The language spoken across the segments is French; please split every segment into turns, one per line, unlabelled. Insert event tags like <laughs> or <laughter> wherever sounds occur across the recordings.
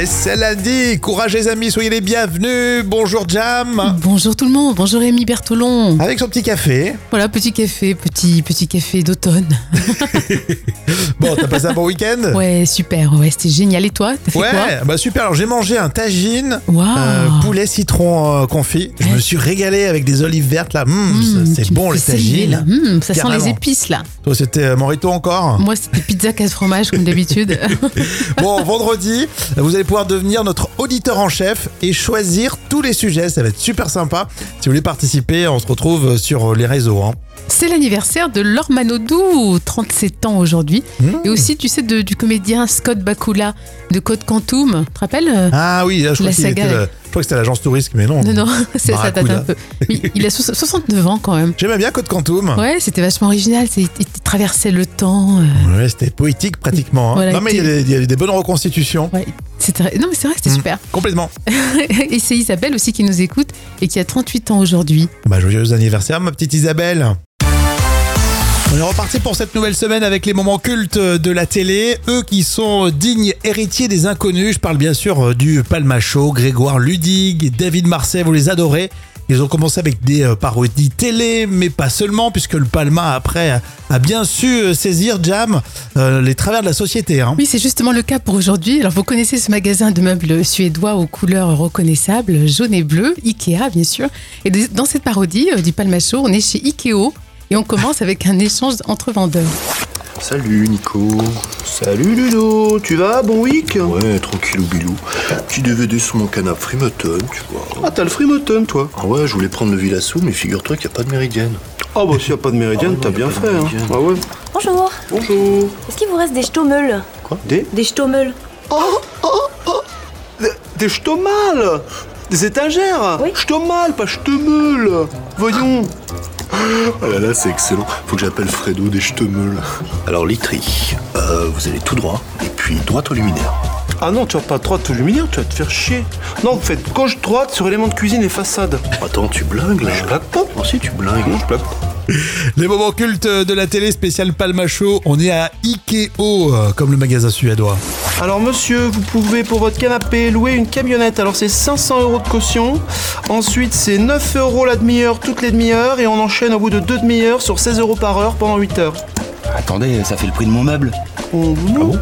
Et c'est lundi, courage les amis, soyez les bienvenus. Bonjour Jam.
Bonjour tout le monde, bonjour Rémi Bertolon.
Avec son petit café.
Voilà, petit café, petit, petit café d'automne.
Bon, t'as passé un bon week-end
<laughs> Ouais, super, ouais, c'était génial. Et toi, t'as fait quoi
Euh.
Ah.
Ouais, bah super. Alors j'ai mangé un tagine
Waouh
euh, poulet citron euh, confit. Je me suis régalé avec des olives vertes là. Mmh,
Mmh,
c'est-
tu
c'est
me
bon
fais
le
saliver, là.
tagine.
Mmh, ça sent
Carrément.
les épices là.
Toi c'était euh, Morito
<laughs>
encore.
Moi, c'était pizza casse fromage
<laughs>
comme d'habitude.
Bon, vendredi, vous allez pouvoir devenir notre auditeur en chef et choisir tous les sujets. Ça va être super sympa. Si vous voulez participer, on se retrouve sur les réseaux. hein.
C'est l'anniversaire de Laure Manodou, 37 ans aujourd'hui.
Mmh.
Et aussi, tu sais, de- du comédien Scott Bakula de Côte Quantum. Tu te rappelles euh,
Ah oui, je crois,
La
qu'il
saga
était,
avec-
euh, je crois que c'était l'agence touriste, mais non.
Non, non, <laughs> ça, ça date
Ah, Barracuda.
un peu. Mais il a so- 69 ans quand même.
J'aimais bien Code Quantum.
Ouais, c'était vachement original. c'est- Il il traversait le temps. euh,
Ouais, c'était poétique pratiquement. hein.
Voilà,
non, mais il y, a des, il y a des bonnes reconstitutions.
Ouais, c'était- non mais c'est vrai que c'était
Mm.
super. <laughs>
Complètement.
Et c'est Isabelle aussi qui nous écoute et qui a 38 ans aujourd'hui.
Bah, joyeux anniversaire, ma petite Isabelle. On est reparti pour cette nouvelle semaine avec les moments cultes de la télé. Eux qui sont euh, dignes héritiers des inconnus. Je parle bien sûr euh, du Palmachot, Grégoire Ludig, David Marseille, vous les adorez. Ils ont commencé avec des euh, parodies télé, mais pas seulement, puisque le Palma, après, a- a bien su euh, saisir, Jam, euh, les travers de la société. hein.
Oui, c'est justement le cas pour aujourd'hui. Alors vous connaissez ce magasin de meubles suédois aux couleurs reconnaissables, jaune et bleu, Ikea bien sûr. Et des- dans cette parodie euh, du Palmachot, on est chez Ikeo et on commence avec un échange entre vendeurs.
Salut Nico.
Salut Ludo, tu vas Bon week
Ouais, tranquille bilou. Petit DVD sur mon canapé Freematon, tu vois.
Ah, t'as le Freematon, toi
Ah ouais, je voulais prendre le Villassou, mais figure-toi qu'il n'y a pas de méridienne.
Ah, bah, s'il n'y a pas de méridienne,
Ah,
t'as
non, y a
bien
pas
fait,
de
hein
méridienne.
Ah ouais
Bonjour,
Bonjour
est-ce qu'il vous reste des stommels
Quoi Des
Des stommels
Des, des ch'tomales Des étagères
Oui.
Ch'tomales, pas ch'temeule Voyons
Oh là là, c'est excellent. Faut que j'appelle Fredo des Ch'temeules. Alors, Litry, euh, vous allez tout droit, et puis droite au luminaire.
Ah non, tu vas pas droite tout luminaire, tu vas te faire chier Non, vous faites gauche-droite sur éléments de cuisine et façade
Attends, tu blagues là
Je blague pas
Oh, si, tu blagues.
Non, je blague pas
Les moments cultes de la télé spéciale Palmachot, on est à Ikeo, euh, comme le magasin suédois.
Alors monsieur, vous pouvez pour votre canapé louer une camionnette. Alors c'est 500 euros de caution. Ensuite c'est 9 euros la demi-heure toutes les demi-heures et on enchaîne au bout de deux demi-heures sur 16 euros par heure pendant 8 heures.
Attendez, ça fait le prix de mon meuble.
Oh, non.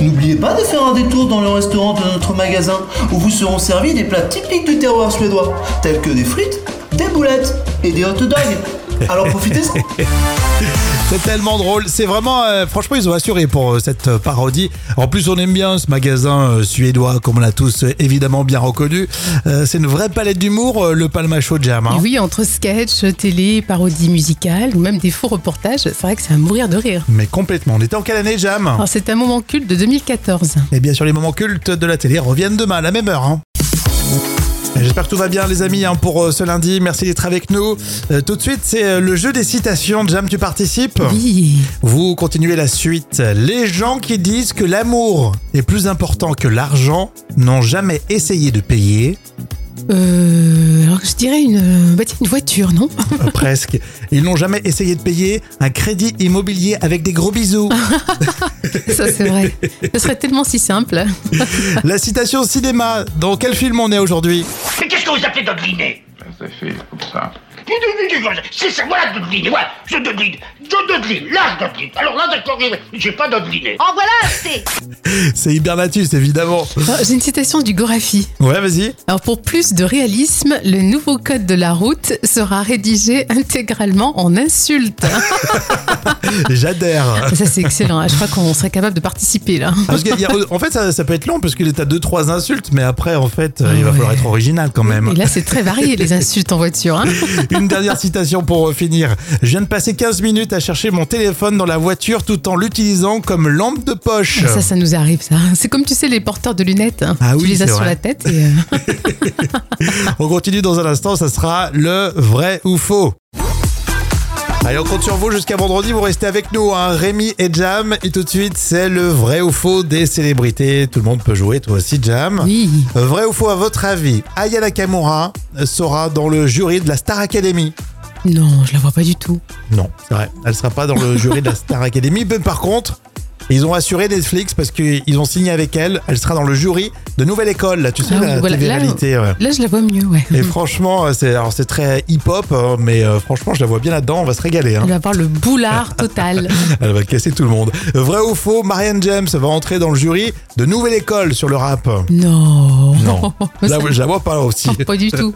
N'oubliez pas de faire un détour dans le restaurant de notre magasin où vous seront servis des plats typiques du terroir suédois, tels que des frites, des boulettes et des hot dogs. Alors profitez-en
C'est tellement drôle, c'est vraiment, euh, franchement, ils ont assuré pour euh, cette euh, parodie. En plus, on aime bien ce magasin euh, suédois, comme on l'a tous euh, évidemment bien reconnu. Euh, c'est une vraie palette d'humour, euh, le Palmachot Jam. hein.
Et oui, entre sketch, télé, parodie musicale ou même des faux reportages, c'est vrai que c'est à mourir de rire.
Mais complètement, on était en quelle année, Jam
Alors c'est un moment culte de 2014.
Et bien sûr, les moments cultes de la télé reviennent demain à la même heure. hein. Et J'espère que tout va bien les amis hein, pour euh, ce lundi. Merci d'être avec nous. Euh, tout de suite, c'est euh, le jeu des citations. Jam, tu participes
Oui.
Vous continuez la suite. Les gens qui disent que l'amour est plus important que l'argent n'ont jamais essayé de payer.
Euh, alors je dirais une, euh, bah tiens, une voiture, non
Euh, <laughs> presque. Ils n'ont jamais essayé de payer un crédit immobilier avec des gros bisous.
Ça c'est vrai. Ce serait tellement si simple.
la citation cinéma. Dans quel film on est aujourd'hui
Mais qu'est-ce que vous appelez dodeliner
Ça fait comme ça.
C'est ça, voilà dodeliner, voilà, je dodeline, je dodeline, là je dodeline. Alors là, d'accord, j'ai pas dodeliné.
En voilà assez
C'est Hibernatus, évidemment.
Alors, J'ai une citation du Gorafi.
Ouais, vas-y.
Alors pour plus de réalisme, le nouveau code de la route sera rédigé intégralement en insultes. <laughs>
J'adhère.
Ça c'est excellent. hein. Je crois qu'on serait capable de participer là.
Parce qu'il y a- en fait, ça, ça peut être long parce qu'il est à deux trois insultes, mais après, en fait, euh, il va
Ouais.
falloir être original quand même.
Et là c'est très varié les insultes en voiture. hein.
Une dernière citation pour euh, finir. Je viens de passer 15 minutes à chercher mon téléphone dans la voiture tout en l'utilisant comme lampe de poche.
Ça ça nous arrive ça. C'est comme tu sais les porteurs de lunettes. hein.
Ah
tu
oui,
les
c'est
as sur
vrai.
la tête. Et, euh,
On continue dans un instant, ça sera le vrai ou faux. Allez, on compte sur vous jusqu'à vendredi, vous restez avec nous, hein, Rémi et Jam. Et tout de suite, c'est le vrai ou faux des célébrités. Tout le monde peut jouer, toi aussi, Jam.
oui.
Euh, Vrai ou faux, à votre avis, Aya Nakamura sera dans le jury de la Star Academy
Non, je la vois pas du tout.
<laughs> Non, c'est vrai. Elle sera pas dans le jury de la Star Academy. Mais par contre, Ils ont assuré Netflix parce qu'ils ont signé avec elle. Elle sera dans le jury de Nouvelle École, là, tu sais,
Ah oui,
la
voilà, là,
télé-réalité. ouais.
Là, je la vois mieux, ouais.
Et franchement, c'est alors, c'est très hip-hop, hein, mais euh, franchement, je la vois bien là-dedans. On va se régaler. hein.
Elle va avoir le boulard total.
Elle va casser tout le monde. Vrai ou faux, Marianne James va entrer dans le jury de Nouvelle École sur le rap.
Non. <laughs>
Non. Là, je la vois pas aussi.
Pas du tout.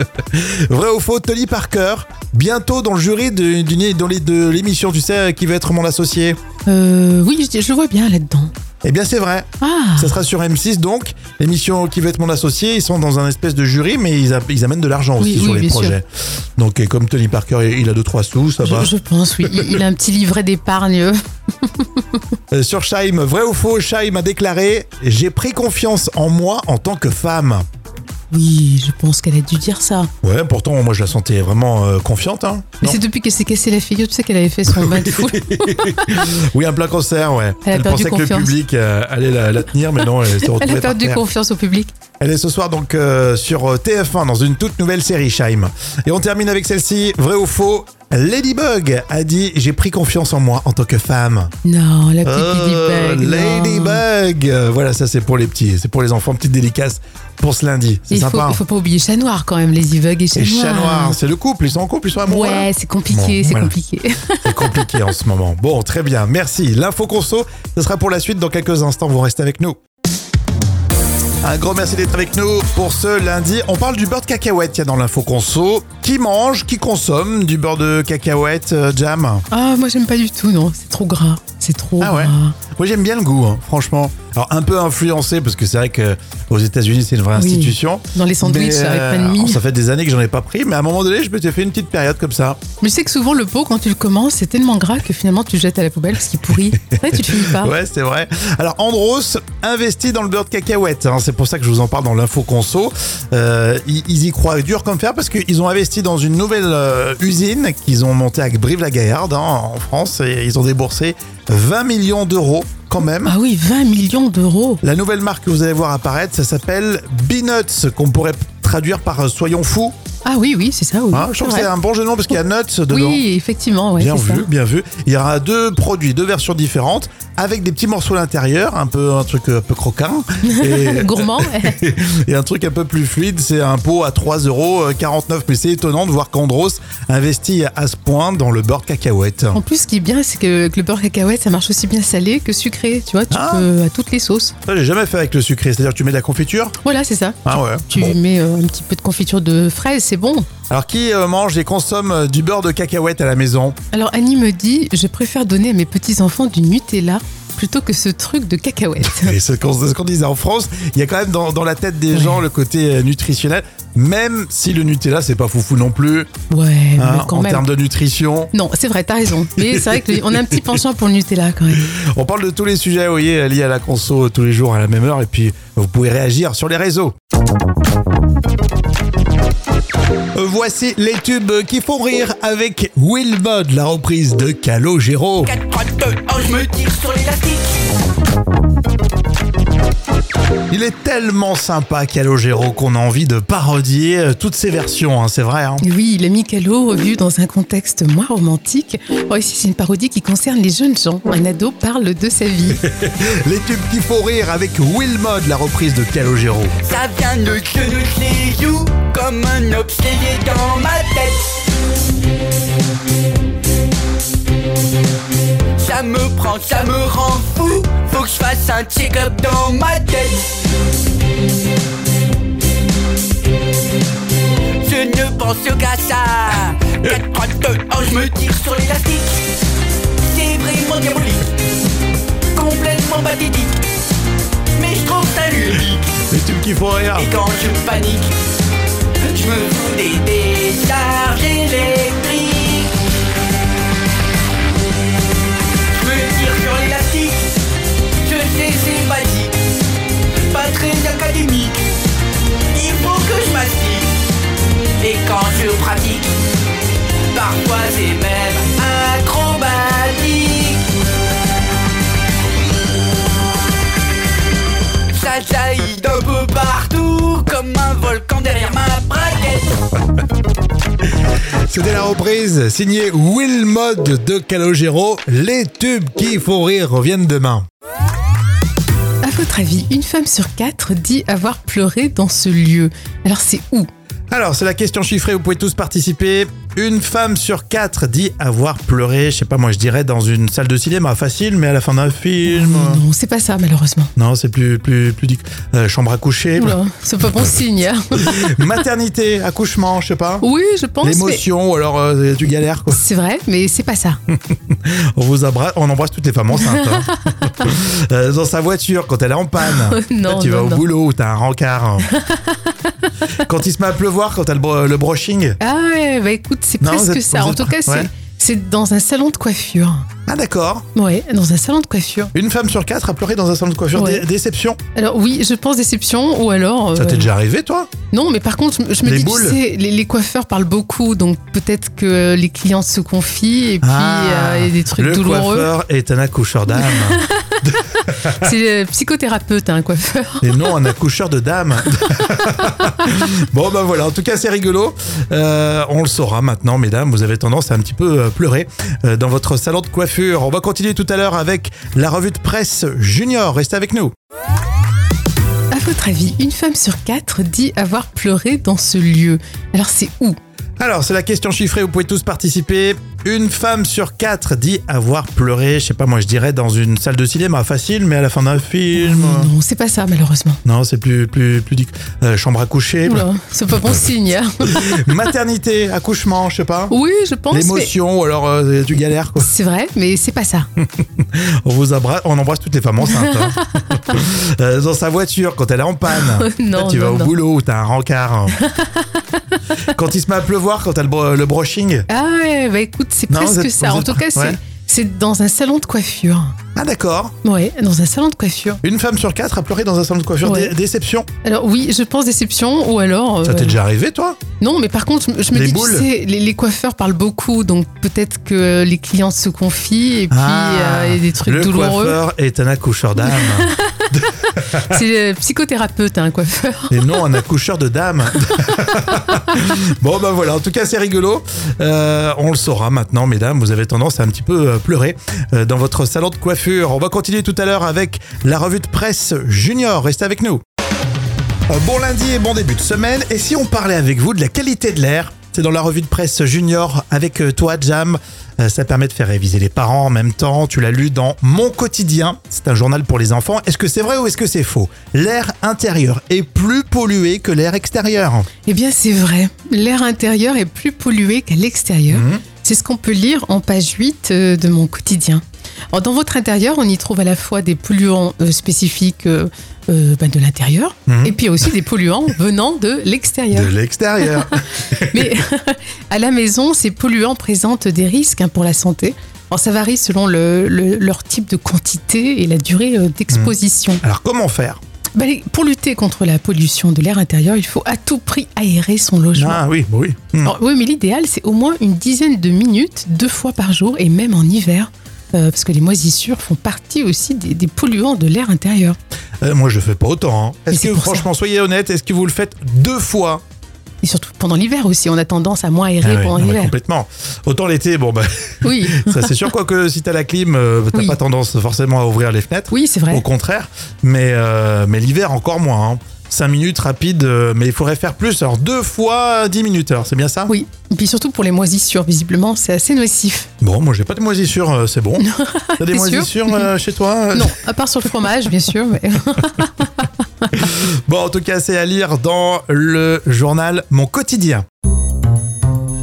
Vrai ou faux, Tony Parker, bientôt dans le jury de, d'une- dans les- de l'émission, tu sais, euh, qui va être mon associé.
Euh, oui, je, je le vois bien là-dedans.
Eh bien, c'est vrai.
Ah,
Ça sera sur M6, donc l'émission qui va être mon associé. Ils sont dans un espèce de jury, mais ils, a- ils amènent de l'argent aussi
Oui,
sur
oui,
les
bien
projets. Donc, et comme Tony Parker, il a 2-3 sous, ça va.
je, je pense, oui. Il, il a un petit livret d'épargne.
Euh, sur Shaim, vrai ou faux, Shaim a déclaré J'ai pris confiance en moi en tant que femme.
Oui, je pense qu'elle a dû dire ça.
Ouais, pourtant, moi, je la sentais vraiment euh, confiante. Hein.
Mais
Non.
c'est depuis qu'elle s'est cassée la figure, tu sais qu'elle avait
<laughs>
fait son bain de foule.
Oui, un plein concert, ouais.
Elle a
pensait
perdu
que le
confiance.
public euh, allait la, la tenir, mais non, elle s'est retrouvée
<laughs> Elle a
par
perdu
terre.
confiance au public.
Elle est ce soir donc euh, sur TF1 dans une toute nouvelle série, Shaim. Et on termine avec celle-ci, vrai ou faux Ladybug a dit J'ai pris confiance en moi en tant que femme.
Non, la petite
Oh,
Euh, Ladybug. non.
Ladybug Euh, Voilà, ça c'est pour les petits, c'est pour les enfants. Petite dédicace pour ce lundi. C'est
Il
sympa.
faut,
hein.
il faut pas oublier Chat Noir quand même, Ladybug et Chat
Et
Noir.
chat noir, c'est le couple, ils sont en couple, ils sont amoureux.
Ouais, c'est compliqué,
Bon,
c'est
voilà.
compliqué.
C'est compliqué en ce moment. Bon, très bien, merci. L'info conso, ce sera pour la suite dans quelques instants, vous restez avec nous. Un grand merci d'être avec nous pour ce lundi. On parle du beurre de cacahuète, il y a dans l'info conso. Qui mange, qui consomme du beurre de cacahuète, euh, jam
<laughs> Ah, moi j'aime pas du tout, non, c'est trop gras. C'est trop
Ah ouais.
gras.
Moi j'aime bien le goût, hein, franchement. Alors un peu influencé, parce que c'est vrai qu'aux États-Unis c'est une vraie
Oui.
institution.
Dans les sandwichs
Mais,
avec
euh,
pain de mie.
Ça fait des années que j'en ai pas pris, mais à un moment donné je me suis fait une petite période comme ça.
Mais je sais que souvent le pot, quand tu le commences, c'est tellement gras que finalement tu le jettes à la poubelle parce qu'il
<laughs>
pourrit. Ouais, tu le finis pas.
Ouais, c'est vrai. Alors, Andros investit dans le beurre de cacahuète. hein. C'est pour ça que je vous en parle dans l'info conso. Euh, ils, ils y croient dur comme fer parce qu'ils ont investi dans une nouvelle euh, usine qu'ils ont montée à Brive-la-Gaillarde hein, en France et ils ont déboursé 20 millions d'euros quand même.
Ah oui, 20 millions d'euros.
La nouvelle marque que vous allez voir apparaître, ça s'appelle Beanuts, qu'on pourrait traduire par euh, Soyons fous.
Ah oui, oui, c'est ça. Oui,
hein. Je trouve que
vrai.
c'est un bon jeu de nom parce qu'il y a Nuts dedans.
Oui, effectivement, ouais,
Bien
c'est ça.
vu, bien vu. Il y aura deux produits, deux versions différentes, avec des petits morceaux à l'intérieur, un peu un truc euh, un peu croquin, et, <laughs>
Gourmand.
et un truc un peu plus fluide. C'est un pot à 3,49€. Mais c'est étonnant de voir qu'Andros investit à ce point dans le beurre de cacahuète.
En plus, ce qui est bien, c'est que, que le beurre cacahuète, ça marche aussi bien salé que sucré. Tu vois, tu
Ah.
peux à toutes les sauces.
Ça, j'ai jamais fait avec le sucré. C'est-à-dire, que tu mets de la confiture.
Voilà, c'est ça.
Ah ouais.
Tu
Bon.
mets euh, un petit peu de confiture de fraises, c'est bon.
Alors, qui euh, mange et consomme euh, du beurre de cacahuète à la
<laughs>
maison
Alors Annie me dit, je préfère donner à mes petits-enfants du Nutella plutôt que ce truc de cacahuète.
Et c'est ce qu'on ce qu'on disait en France, il y a quand même dans, dans la tête des
Ouais.
gens le côté euh, nutritionnel, même si le Nutella, c'est pas foufou non plus.
Ouais,
Hein,
mais quand
en
même.
termes de nutrition.
Non, c'est vrai, t'as raison. Mais c'est vrai qu'on a un petit penchant pour le Nutella quand même.
On parle de tous les sujets, vous voyez, liés à la conso euh, tous les jours à la même heure. Et puis, vous pouvez réagir sur les réseaux. Euh, Voici les tubes qui font rire avec Will Bud, la reprise de Calogero.
4, 3, 2, 1, Oh, je me tire sur l'élastique.
Il est tellement sympa Calogero qu'on a envie de parodier euh, toutes ses versions, hein, c'est vrai.
<laughs>
hein.
Oui, l'ami Calo, revu dans un contexte moins romantique. Oh, ici, c'est une parodie qui concerne les jeunes gens. Un ado parle de sa vie.
Les tubes qui font rire avec Will Bud, la reprise de Calogero.
Ça vient de genou de les joues, comme un obsédé dans ma tête. Ça me prend, ça me rend fou. Faut que je fasse un check-up dans ma tête. Je ne pense qu'à ça. 4, 3, 2, 1, oh, je me tire sur l'élastique. C'est vraiment diabolique. Complètement pathétique. Mais je trouve ça ludique.
Les tubes qui font rire.
Et quand je panique, je me fous des décharges électriques. Je me tire sur l'élastique, je sais c'est basique, pas très académique. Il faut que je m'assieds. Et quand je pratique, parfois c'est même acrobatique. Ça jaillit d'un peu partout, comme un volcan derrière ma braquette.
C'était la reprise signée Will Mode de Calogero. Les tubes qui font rire reviennent demain.
votre avis, une femme sur quatre dit avoir pleuré dans ce lieu. Alors c'est où
Alors, c'est la question chiffrée, vous pouvez tous participer. Une femme sur quatre dit avoir pleuré, je sais pas, moi je dirais dans une salle de cinéma, facile, mais à la fin d'un film.
Non, c'est pas ça malheureusement.
Non, c'est plus, plus, plus dit- euh, chambre à coucher,
Oula, c'est pas bon signe. hein.
<laughs> maternité, accouchement, je sais pas.
Oui, je pense. Mais...
L'émotion, ou alors euh, tu galères, quoi.
C'est vrai, mais c'est pas ça.
On vous embrasse, on embrasse toutes les femmes enceintes. hein. <laughs> Euh, dans sa voiture, quand elle est en panne.
<laughs> Non,
Là, tu
non,
vas au
non.
boulot ou t'as un
<laughs>
rencard. quand il se met à pleuvoir, quand t'as le, bro- le brushing.
Ah ouais, bah écoute, c'est
Non, vous
presque
êtes-
ça.
vous
En
êtes-
tout cas, c'est-
ouais.
c'est dans un salon de coiffure.
Ah d'accord.
Ouais, dans un salon de coiffure.
Une femme sur quatre a pleuré dans un salon de coiffure.
Ouais.
Dé- déception.
Alors oui, je pense déception ou alors.
Ça
euh,
t'est déjà arrivé, toi
Non, mais par contre, je- je me
Les
dis,
boules
tu sais, les, les coiffeurs parlent beaucoup, donc peut-être que les clients se confient et puis euh, il y a des trucs
Ah, le
douloureux.
coiffeur est un accoucheur
<laughs>
d'âme
C'est euh, psychothérapeute, un coiffeur.
et non un accoucheur de dame. bon ben voilà, en tout cas c'est rigolo. Euh, on le saura maintenant, mesdames, vous avez tendance à un petit peu euh, pleurer euh, dans votre salon de coiffure. On va continuer tout à l'heure avec la revue de presse junior. Restez avec nous.
<laughs> À votre avis, une femme sur quatre dit avoir pleuré dans ce lieu. Alors c'est où
Alors, c'est la question chiffrée, vous pouvez tous participer. Une femme sur quatre dit avoir pleuré, je sais pas, moi je dirais dans une salle de cinéma, facile, mais à la fin d'un film.
Non, c'est pas ça malheureusement.
Non, c'est plus, plus, plus dit. euh, chambre à coucher,
Oula, c'est pas bon signe. hein.
<laughs> maternité, accouchement, je sais pas.
Oui, je pense. mais-
L'émotion, ou alors euh, tu galères,
<laughs>
quoi.
C'est vrai, mais c'est pas ça.
On, vous embrasse, on embrasse toutes les femmes enceintes. hein.
<laughs>
Euh, dans sa voiture, quand elle est en panne.
Non,
Là, tu
non,
vas au
non.
boulot ou t'as un
<laughs>
rencard. hein. quand il se met à pleuvoir, quand t'as le, bro- le brushing.
Ah ouais, bah écoute, c'est
Non, vous
presque
êtes-
ça.
vous
En
êtes-
tout cas, c'est
ouais.
c'est dans un salon de coiffure.
Ah, d'accord.
Ouais, dans un salon de coiffure.
Une femme sur quatre a pleuré dans un salon de coiffure.
Ouais.
Dé- déception.
Alors oui, je pense déception ou alors.
Ça
euh,
t'est déjà arrivé, toi
Non, mais par contre, je me- je me
Les
dis,
boules
tu sais, les, les coiffeurs parlent beaucoup, donc peut-être que les clients se confient et puis euh, il y a des trucs
Ah. le
douloureux.
coiffeur est un accoucheur
<laughs>
d'âme
C'est euh, psychothérapeute, un coiffeur.
et non un accoucheur de dame. <laughs> bon ben voilà, en tout cas c'est rigolo. Euh, on le saura maintenant, mesdames, vous avez tendance à un petit peu euh, pleurer euh, dans votre salon de coiffure. On va continuer tout à l'heure avec la revue de presse junior. Restez avec nous. Euh, Bon lundi et bon début de semaine. Et si on parlait avec vous de la qualité de l'air c'est dans la revue de presse junior avec euh, toi, Jam. Euh, Ça permet de faire réviser les parents en même temps. Tu l'as lu dans Mon quotidien. C'est un journal pour les enfants. Est-ce que c'est vrai ou est-ce que c'est faux L'air intérieur est plus pollué que l'air extérieur.
Eh bien, c'est vrai. L'air intérieur est plus pollué qu'à l'extérieur.
Mhm.
C'est ce qu'on peut lire en page 8 euh, de mon quotidien. Alors, dans votre intérieur, on y trouve à la fois des polluants euh, spécifiques euh, euh, ben, de l'intérieur
Mhm.
et puis aussi des polluants venant de l'extérieur.
De l'extérieur.
<laughs> Mais à la maison, ces polluants présentent des risques hein, pour la santé. Alors, ça varie selon le- le- leur type de quantité et la durée euh, d'exposition.
Alors comment faire
Bah, les- pour lutter contre la pollution de l'air intérieur, il faut à tout prix aérer son logement.
Ah oui, oui. Hmm.
Alors, oui, mais l'idéal, c'est au moins une dizaine de minutes, deux fois par jour, et même en hiver. euh, parce que les moisissures font partie aussi des, des polluants de l'air intérieur.
Euh, moi je fais pas autant. hein.
Mais
Est-ce
c'est
que
pour ça.
franchement, soyez honnête, est-ce que vous le faites deux fois
Et surtout pendant l'hiver aussi, on a tendance à moins
Ah
aérer
ouais,
pendant
non, mais
l'hiver.
Complètement. Autant l'été, bon bah
Oui,
ça c'est sûr quoi que si t'as la clim, euh, t'as
Oui.
pas tendance forcément à ouvrir les fenêtres.
oui c'est vrai.
Au contraire, mais, euh, mais l'hiver encore moins. 5 minutes rapide, euh, mais il faudrait faire plus. Alors deux fois 10 minutes, alors c'est bien ça
Oui, et puis surtout pour les moisissures, visiblement, c'est assez nocif.
Bon, moi j'ai pas de moisissures, euh,
<laughs>
c'est bon. T'as des
T'es sûr
moisissures euh, chez toi
Non, à part sur le fromage, bien sûr. mais- <laughs>
Bon, en tout cas, c'est à lire dans le journal Mon Quotidien.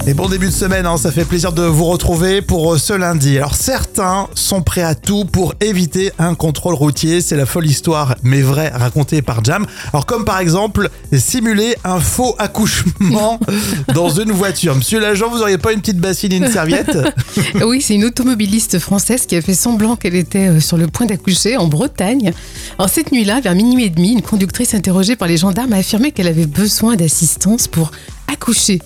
Et bon début de semaine, hein, ça fait plaisir de vous retrouver pour euh, ce lundi. Alors certains sont prêts à tout pour éviter un contrôle routier, c'est la folle histoire mais vraie racontée par Jam. Alors comme par exemple simuler un faux accouchement dans une voiture. Monsieur l'agent, vous auriez pas une petite bassine et une serviette
oui, c'est une automobiliste française qui a fait semblant qu'elle était euh, sur le point d'accoucher en Bretagne. Alors, cette nuit-là, vers minuit et demi, une conductrice interrogée par les gendarmes a affirmé qu'elle avait besoin d'assistance pour accoucher.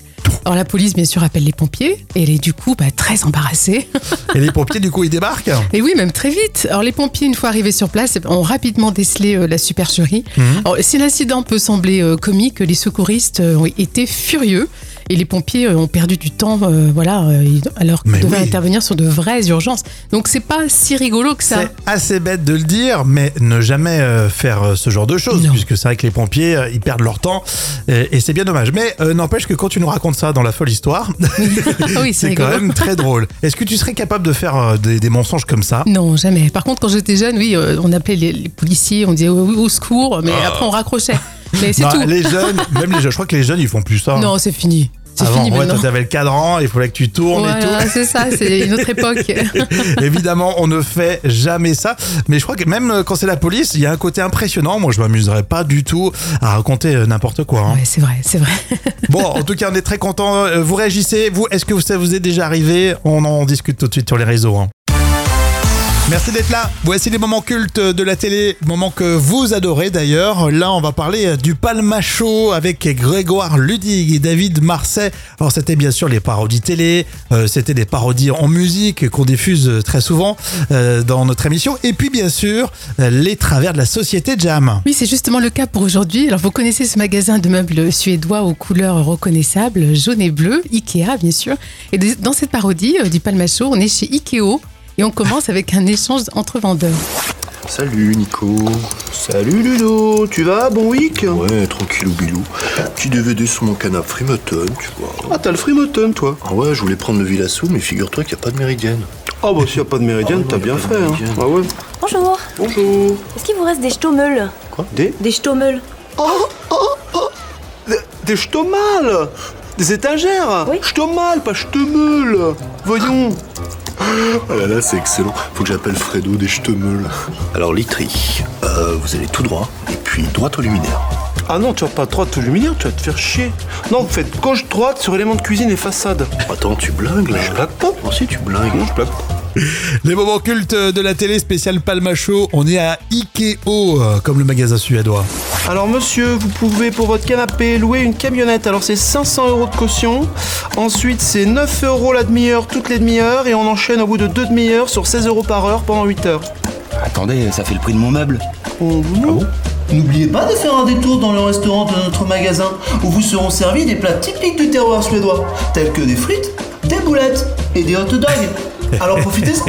Alors la police bien sûr appelle les pompiers et elle est du coup bah, très embarrassée.
Et les pompiers du coup ils débarquent
Et oui, même très vite. Alors les pompiers, une fois arrivés sur place, eh ben, ont rapidement décelé euh, la
Mhm.
supercherie. Alors, si l'incident peut sembler euh, comique, les secouristes euh, ont été furieux. Et les pompiers euh, ont perdu du temps, euh, voilà, euh, ils- alors qu'ils
Mais
devaient
oui.
intervenir sur de vraies urgences. Donc c'est pas si rigolo que ça.
C'est assez bête de le dire, mais ne jamais euh, faire euh, ce genre de choses,
Non.
puisque c'est vrai que les pompiers, euh, ils perdent leur temps, et, et c'est bien dommage. Mais euh, n'empêche que quand tu nous racontes ça dans la folle histoire, <laughs>
<laughs> Ah oui, c'est
c'est quand
rigolo.
même très drôle. Est-ce que tu serais capable de faire euh, des, des mensonges comme ça
Non, jamais. Par contre, quand j'étais jeune, oui, euh, on appelait les, les policiers, on disait au, au secours, mais
Ah.
après on raccrochait. Mais c'est
Non,
tout.
Bah, Les jeunes, même les jeunes, je crois que les jeunes, ils font plus ça. hein.
Non, c'est fini. C'est
Avant,
fini
ouais, toi,
maintenant.
t'avais le cadran, il fallait que tu tournes et tout. <laughs>
Voilà, c'est ça, c'est une autre époque.
Évidemment, on ne fait jamais ça. Mais je crois que même euh, quand c'est la police, il y a un côté impressionnant. Moi, je m'amuserais pas du tout à raconter euh, n'importe quoi. hein.
Ouais, c'est vrai, c'est vrai.
Bon, en tout cas, on est très content. Euh, Vous réagissez. Vous, est-ce que ça vous est déjà arrivé On en discute tout de suite sur les réseaux. hein. Merci d'être là. Voici les moments cultes de la télé, moments que vous adorez d'ailleurs. Là, on va parler du Palmacho avec Grégoire Ludig et David Marseille. Alors, c'était bien sûr les parodies télé, euh, c'était des parodies en musique qu'on diffuse très souvent euh, dans notre émission. Et puis, bien sûr, euh, les travers de la société Jam.
Oui, c'est justement le cas pour aujourd'hui. Alors, vous connaissez ce magasin de meubles suédois aux couleurs reconnaissables, jaune et bleu, Ikea, bien sûr. Et des- dans cette parodie euh, du Palmacho, on est chez Ikeo et on commence avec un échange entre vendeurs.
Salut Nico.
Salut Ludo, tu vas Bon week
Ouais, tranquille ou bilou. Petit DVD sur mon canapé Freematon, tu vois.
Ah, t'as le Freematon, toi
Ah ouais, je voulais prendre le Villassou, mais figure-toi qu'il n'y a pas de méridienne.
Ah, bah, s'il n'y a pas de méridienne,
Ah,
t'as
oui,
bien
y a pas
fait,
de
hein.
méridienne.
Ah, ouais.
Bonjour.
Bonjour.
Est-ce qu'il vous reste des stommels
Quoi
Ah, Des
Des stommels
Des, des ch'tomales Des étagères
Oui.
Ch'tomales, pas ch'temeule Voyons
Oh là là, c'est excellent. Faut que j'appelle Fredo des ch'temeules. Alors Litry, euh, vous allez tout droit, et puis droite au luminaire.
Ah non, tu vas pas droite tout luminaire, tu vas te faire chier. Non, vous faites gauche-droite sur éléments de cuisine et façade.
Attends, tu blagues là
Je blague pas.
Oh si, tu blagues.
Non, je blague pas.
Les moments cultes de la télé spéciale Palmacho, on est à Ikeo, euh, comme le magasin suédois.
Alors monsieur, vous pouvez pour votre canapé louer une camionnette. Alors c'est 500 euros de caution. Ensuite c'est 9 euros la demi-heure toutes les demi-heures et on enchaîne au bout de deux demi-heures sur 16 euros par heure pendant 8 heures.
Attendez, ça fait le prix de mon meuble.
Oh, non.
N'oubliez pas de faire un détour dans le restaurant de notre magasin où vous seront servis des plats typiques du terroir suédois, tels que des frites, des boulettes et des hot dogs. Alors profitez-en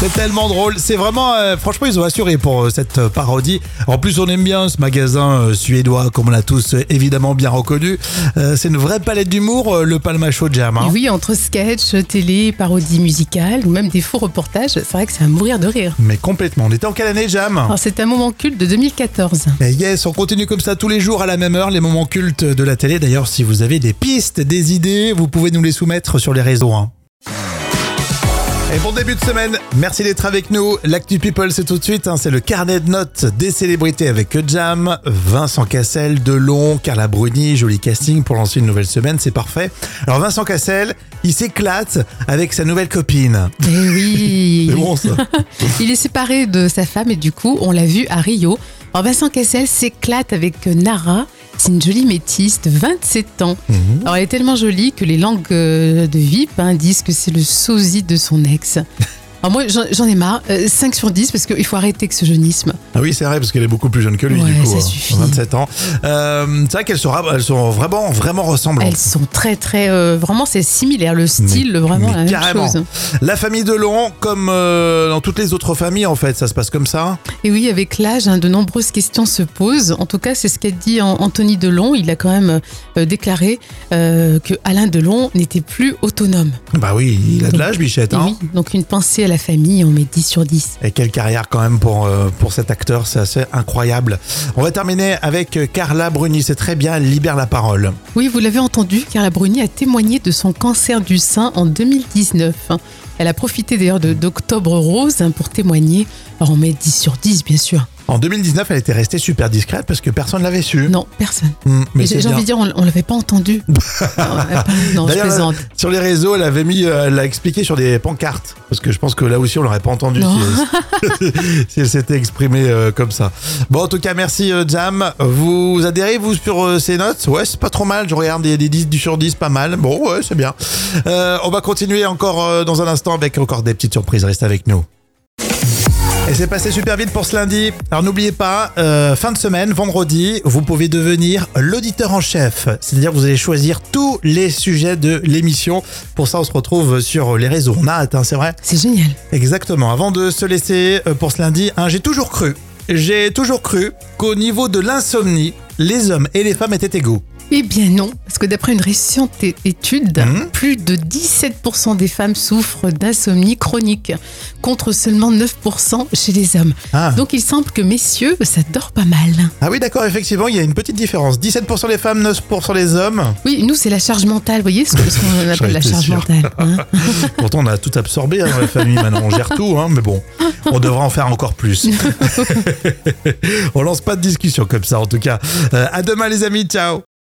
C'est tellement drôle. C'est vraiment, euh, franchement, ils ont assuré pour euh, cette euh, parodie. En plus, on aime bien ce magasin euh, suédois, comme on l'a tous euh, évidemment bien reconnu. Euh, c'est une vraie palette d'humour, euh, le Palmacho Jam. hein.
Et oui, entre sketch, télé, parodie musicale ou même des faux reportages, c'est vrai que c'est à mourir de rire.
Mais complètement. On était en quelle année, Jam
Alors, c'est un moment culte de 2014.
Et yes, on continue comme ça tous les jours à la même heure, les moments cultes de la télé. D'ailleurs, si vous avez des pistes, des idées, vous pouvez nous les soumettre sur les réseaux. hein. Et bon début de semaine, merci d'être avec nous. L'actu People, c'est tout de suite. hein, c'est le carnet de notes des célébrités avec Jam, Vincent Cassel, Delon, Carla Bruni. Joli casting pour lancer une nouvelle semaine, c'est parfait. Alors Vincent Cassel, il s'éclate avec sa nouvelle copine.
Eh oui.
<laughs> C'est bon ça.
Il est séparé de sa femme et du coup, on l'a vu à Rio. Alors Vincent Cassel s'éclate avec Nara. C'est une jolie métisse de 27 ans.
Mhm.
Alors elle est tellement jolie que les langues euh, de VIP hein, disent que c'est le sosie de
<laughs>
son ex. Alors moi, j'en j'en ai marre. Euh, 5 sur 10 parce qu'il faut arrêter avec ce jeunisme.
Ah oui, c'est vrai, parce qu'elle est beaucoup plus jeune que lui,
Ouais,
du coup.
ça
hein.
suffit.
27 ans. Euh, c'est vrai qu'elles sont, ra- elles sont vraiment, vraiment ressemblantes.
Elles sont très, très... euh, vraiment, c'est similaire. Le style, vraiment,
mais
la même
carrément.
chose.
La famille Delon, comme euh, dans toutes les autres familles, en fait, ça se passe comme ça. hein.
Et oui, avec l'âge, hein, de nombreuses questions se posent. En tout cas, c'est ce qu'a dit An- Anthony Delon. Il a quand même euh, déclaré euh, que Alain Delon n'était plus autonome.
Bah oui, il a de l'âge, Bichette.
Et
Hein
oui, donc une pensée à la famille, on met 10 sur 10.
Et quelle carrière quand même pour, euh, pour cet acteur, c'est assez incroyable. On va terminer avec euh, Carla Bruni, c'est très bien, elle libère la parole.
Oui, vous l'avez entendu, Carla Bruni a témoigné de son cancer du sein en 2019. hein. Elle a profité d'ailleurs de- d'Octobre Rose hein, pour témoigner. Alors on met 10 sur 10, bien sûr.
En 2019, elle était restée super discrète parce que personne ne l'avait su.
Non, personne.
Mm, mais c'est
J'ai j'ai
bien.
envie de dire, on, on l'avait
<laughs>
pas entendu. non, on l'a pas- non, je
D'ailleurs,
plaisante.
Sur les réseaux, elle avait mis, euh, elle l'a expliqué sur des pancartes. Parce que je pense que là aussi, on l'aurait pas entendu
Non.
si, <laughs> si elle s'était exprimée euh, comme ça. Bon, en tout cas, merci euh, Jam. Vous adhérez, vous, sur euh, ces notes Ouais, c'est pas trop mal. Je regarde, il y a des 10 du sur 10, pas mal. Bon, ouais, c'est bien. Euh, on va continuer encore euh, dans un instant avec encore des petites surprises. Reste avec nous. Et c'est passé super vite pour ce lundi. Alors n'oubliez pas, euh, fin de semaine, vendredi, vous pouvez devenir l'auditeur en chef. C'est-à-dire que vous allez choisir tous les sujets de l'émission. Pour ça, on se retrouve sur les réseaux. On a hâte, hein, c'est vrai
C'est génial.
Exactement. Avant de se laisser euh, pour ce lundi, hein, j'ai toujours cru, j'ai toujours cru qu'au niveau de l'insomnie, les hommes et les femmes étaient égaux.
Eh bien non, parce que d'après une récente é- étude,
Mhm.
plus de 17% des femmes souffrent d'insomnie chronique, contre seulement 9% chez les hommes.
Ah,
Donc il semble que messieurs, ça dort pas mal.
ah oui, d'accord, effectivement, il y a une petite différence. 17% les femmes, 9% les hommes.
Oui, nous c'est la charge mentale, vous voyez
<laughs>
ce que- ce qu'on appelle la
été
charge
sûr.
mentale. hein.
Pourtant, on a tout absorbé hein, dans la famille maintenant. On gère tout, hein, mais bon, on devrait en faire encore plus. on lance pas de discussion comme ça, en tout cas. Euh, à demain, les amis. Ciao.